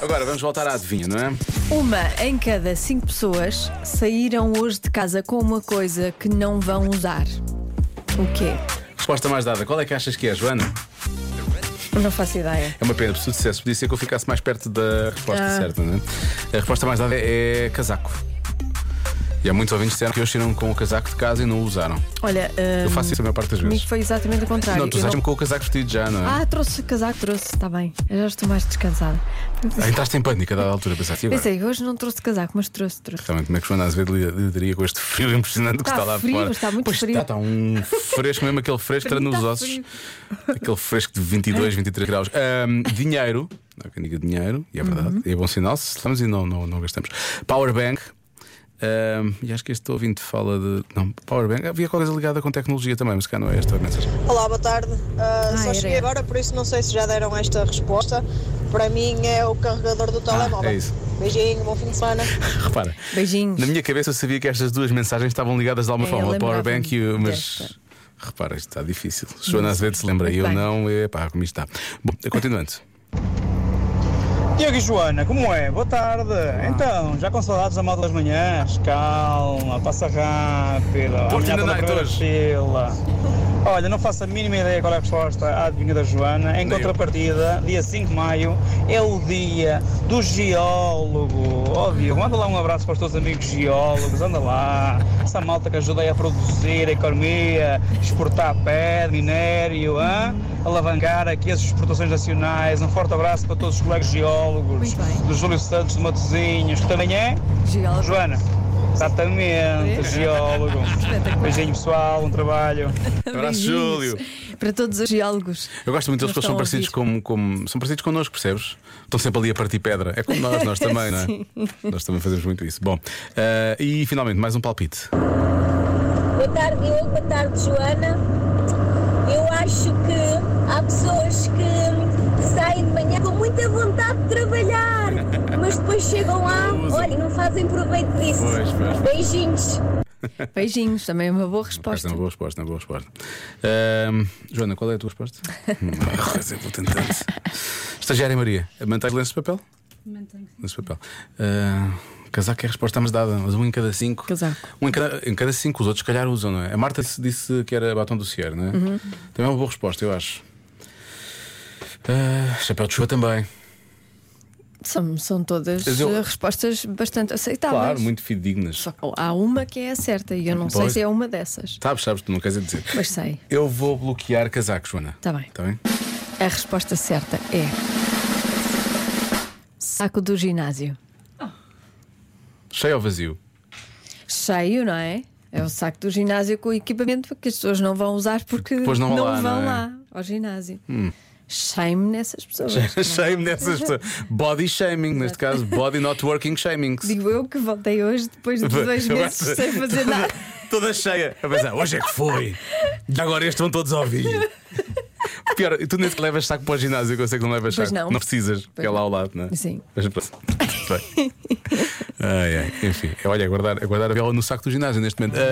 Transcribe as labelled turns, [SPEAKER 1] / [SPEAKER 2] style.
[SPEAKER 1] Agora vamos voltar à adivinha, não é?
[SPEAKER 2] Uma em cada cinco pessoas saíram hoje de casa com uma coisa que não vão usar. O quê?
[SPEAKER 1] Resposta mais dada. Qual é que achas que é, Joana?
[SPEAKER 2] Não faço ideia.
[SPEAKER 1] É uma pena, se tu dissesse, podia ser que eu ficasse mais perto da resposta
[SPEAKER 2] Ah.
[SPEAKER 1] certa, não é? A resposta mais dada é, é casaco. E há muitos ouvintes que disseram que hoje saíram com o casaco de casa e não o usaram.
[SPEAKER 2] Olha,
[SPEAKER 1] Eu faço isso a maior parte das
[SPEAKER 2] comigo
[SPEAKER 1] vezes.
[SPEAKER 2] foi exatamente o contrário.
[SPEAKER 1] Não, tu
[SPEAKER 2] Eu
[SPEAKER 1] usaste-me com o casaco vestido já, não é?
[SPEAKER 2] Ah, trouxe casaco, trouxe, está bem. Eu já estou mais descansada.
[SPEAKER 1] Ah, Entraste em pânico a dada altura, pensaste, e agora?
[SPEAKER 2] Pensei, hoje não trouxe casaco, mas trouxe, trouxe.
[SPEAKER 1] Realmente, como é que Joana Azevedo lida- lidaria com este frio impressionante que
[SPEAKER 2] Está
[SPEAKER 1] está lá
[SPEAKER 2] Tá frio,
[SPEAKER 1] fora?
[SPEAKER 2] está muito
[SPEAKER 1] pois
[SPEAKER 2] frio.
[SPEAKER 1] Está, está um fresco mesmo, aquele fresco que
[SPEAKER 2] Para
[SPEAKER 1] entra
[SPEAKER 2] mim
[SPEAKER 1] nos
[SPEAKER 2] está
[SPEAKER 1] ossos.
[SPEAKER 2] frio.
[SPEAKER 1] Aquele fresco de 22, 23 graus. Ahm, dinheiro, não é quem diga dinheiro, e é verdade,
[SPEAKER 2] Uhum.
[SPEAKER 1] e é bom sinal, se estamos e não, não, não gastamos. Powerbank. ahm, e acho que este ouvinte fala de. Não, Powerbank. Havia qualquer coisa ligada com tecnologia também, mas cá não é esta a mensagem.
[SPEAKER 3] Olá, boa tarde. Ah,
[SPEAKER 2] Ah,
[SPEAKER 3] só
[SPEAKER 2] era
[SPEAKER 3] cheguei
[SPEAKER 2] ela.
[SPEAKER 3] agora, por isso não sei se já deram esta resposta. Para mim é o carregador do telemóvel.
[SPEAKER 1] é isso.
[SPEAKER 3] Beijinho, bom fim de semana.
[SPEAKER 1] Repara,
[SPEAKER 2] Beijinhos.
[SPEAKER 1] na minha cabeça eu sabia que estas duas mensagens estavam ligadas de alguma
[SPEAKER 2] É,
[SPEAKER 1] forma,
[SPEAKER 2] eu
[SPEAKER 1] a Powerbank e o.
[SPEAKER 2] lembrava-me
[SPEAKER 1] Mas.
[SPEAKER 2] desta.
[SPEAKER 1] Repara, isto está difícil. Joana às vezes se lembra,
[SPEAKER 2] Muito
[SPEAKER 1] eu
[SPEAKER 2] bem.
[SPEAKER 1] não, é pá, como isto está. Bom, continuando.
[SPEAKER 4] Tiago e Joana, como é? Boa tarde. Então, já com saudades da malta das manhãs? Calma, passa rápido. A
[SPEAKER 1] Porque
[SPEAKER 4] mulher
[SPEAKER 1] ainda
[SPEAKER 4] está
[SPEAKER 1] não
[SPEAKER 4] na
[SPEAKER 1] é
[SPEAKER 4] primeira
[SPEAKER 1] hoje.
[SPEAKER 4] fila. Olha, não faço a mínima ideia qual é a resposta à adivinha da Joana. Em
[SPEAKER 1] Nem eu.
[SPEAKER 4] contrapartida, dia 5 de maio é o dia do geólogo. Ó Diogo, manda lá um abraço para os teus amigos geólogos, anda lá. Essa malta que ajuda aí a produzir a economia, exportar pedra, minério, hã? alavancar aqui as exportações nacionais. Um forte abraço para todos os colegas geólogos
[SPEAKER 2] Muito bem.
[SPEAKER 4] do Júlio Santos de Matosinhos, que também é
[SPEAKER 2] Geólogo.
[SPEAKER 4] Joana.
[SPEAKER 2] É.
[SPEAKER 4] Exatamente, geólogo.
[SPEAKER 2] Espetacular.
[SPEAKER 4] Beijinho pessoal, um trabalho.
[SPEAKER 1] Abraço,
[SPEAKER 2] Beijinhos.
[SPEAKER 1] Júlio.
[SPEAKER 2] Para todos os geólogos.
[SPEAKER 1] Eu gosto muito deles porque eles
[SPEAKER 2] Não
[SPEAKER 1] são
[SPEAKER 2] estão a
[SPEAKER 1] parecidos,
[SPEAKER 2] ouvir.
[SPEAKER 1] como, como- são parecidos connosco, percebes? Estão sempre ali a partir pedra. É como nós, nós também, não é?
[SPEAKER 2] Sim.
[SPEAKER 1] Nós também fazemos muito isso. Bom, eh, e finalmente, mais um palpite.
[SPEAKER 5] Boa tarde, Diogo. Boa tarde, Joana. Eu acho que há pessoas que saem de manhã com muita vontade de trabalhar, mas depois chegam lá,
[SPEAKER 1] Usam.
[SPEAKER 5] olha, não fazem proveito disso.
[SPEAKER 1] Pois, pois.
[SPEAKER 5] Beijinhos.
[SPEAKER 2] Beijinhos, também é uma boa
[SPEAKER 1] Esta
[SPEAKER 2] resposta.
[SPEAKER 1] é uma boa resposta, é uma boa resposta. Ahm, Joana, qual é a tua resposta? Ah, eu vou tentar. Estagiária Maria, mantém lenço de papel?
[SPEAKER 6] Mantenho.
[SPEAKER 1] Lenço de papel. Ah, casaco é a resposta mais dada, mas um em cada cinco.
[SPEAKER 2] Casaco.
[SPEAKER 1] Um em cada, em cada cinco, os outros se calhar usam, não é? A Marta disse, disse que era batom do Cier, não é?
[SPEAKER 2] Uhum.
[SPEAKER 1] Também é uma boa resposta, eu acho. Ah, chapéu de chuva também.
[SPEAKER 2] São, são todas
[SPEAKER 1] Mas eu-
[SPEAKER 2] eh, respostas bastante aceitáveis.
[SPEAKER 1] Claro, muito fidedignas.
[SPEAKER 2] Só que há uma que é a certa e eu não sei
[SPEAKER 1] Pois.
[SPEAKER 2] se é uma dessas.
[SPEAKER 1] Sabes, sabes, tu não queres é dizer.
[SPEAKER 2] Mas sei.
[SPEAKER 1] Eu vou bloquear casaco, Joana.
[SPEAKER 2] Tá bem.
[SPEAKER 1] Tá bem?
[SPEAKER 2] A resposta certa é. Saco do ginásio.
[SPEAKER 1] Cheio ou vazio?
[SPEAKER 2] Cheio, não é? É o saco do ginásio com o equipamento que as pessoas não vão usar porque
[SPEAKER 1] Depois não vão lá,
[SPEAKER 2] vão
[SPEAKER 1] não é? Hum.
[SPEAKER 2] lá ao ginásio. Shame nessas pessoas.
[SPEAKER 1] Shame dessas pessoas. Body shaming, neste caso, body not working shaming.
[SPEAKER 2] Digo eu que voltei hoje depois de dois meses sem fazer nada.
[SPEAKER 1] Toda cheia. A pensar, hoje é que foi. E agora estes vão todos ouvir. Pior, tu nem sequer levas saco para o ginásio, que eu sei que não levas
[SPEAKER 2] Pois
[SPEAKER 1] saco.
[SPEAKER 2] não.
[SPEAKER 1] precisas, porque é
[SPEAKER 2] Pois
[SPEAKER 1] lá
[SPEAKER 2] não.
[SPEAKER 1] ao lado, não é?
[SPEAKER 2] Sim.
[SPEAKER 1] Mas pronto. Bem. Ai, ai. Enfim, olha, guardar, guardar a viola no saco do ginásio neste momento. Ah,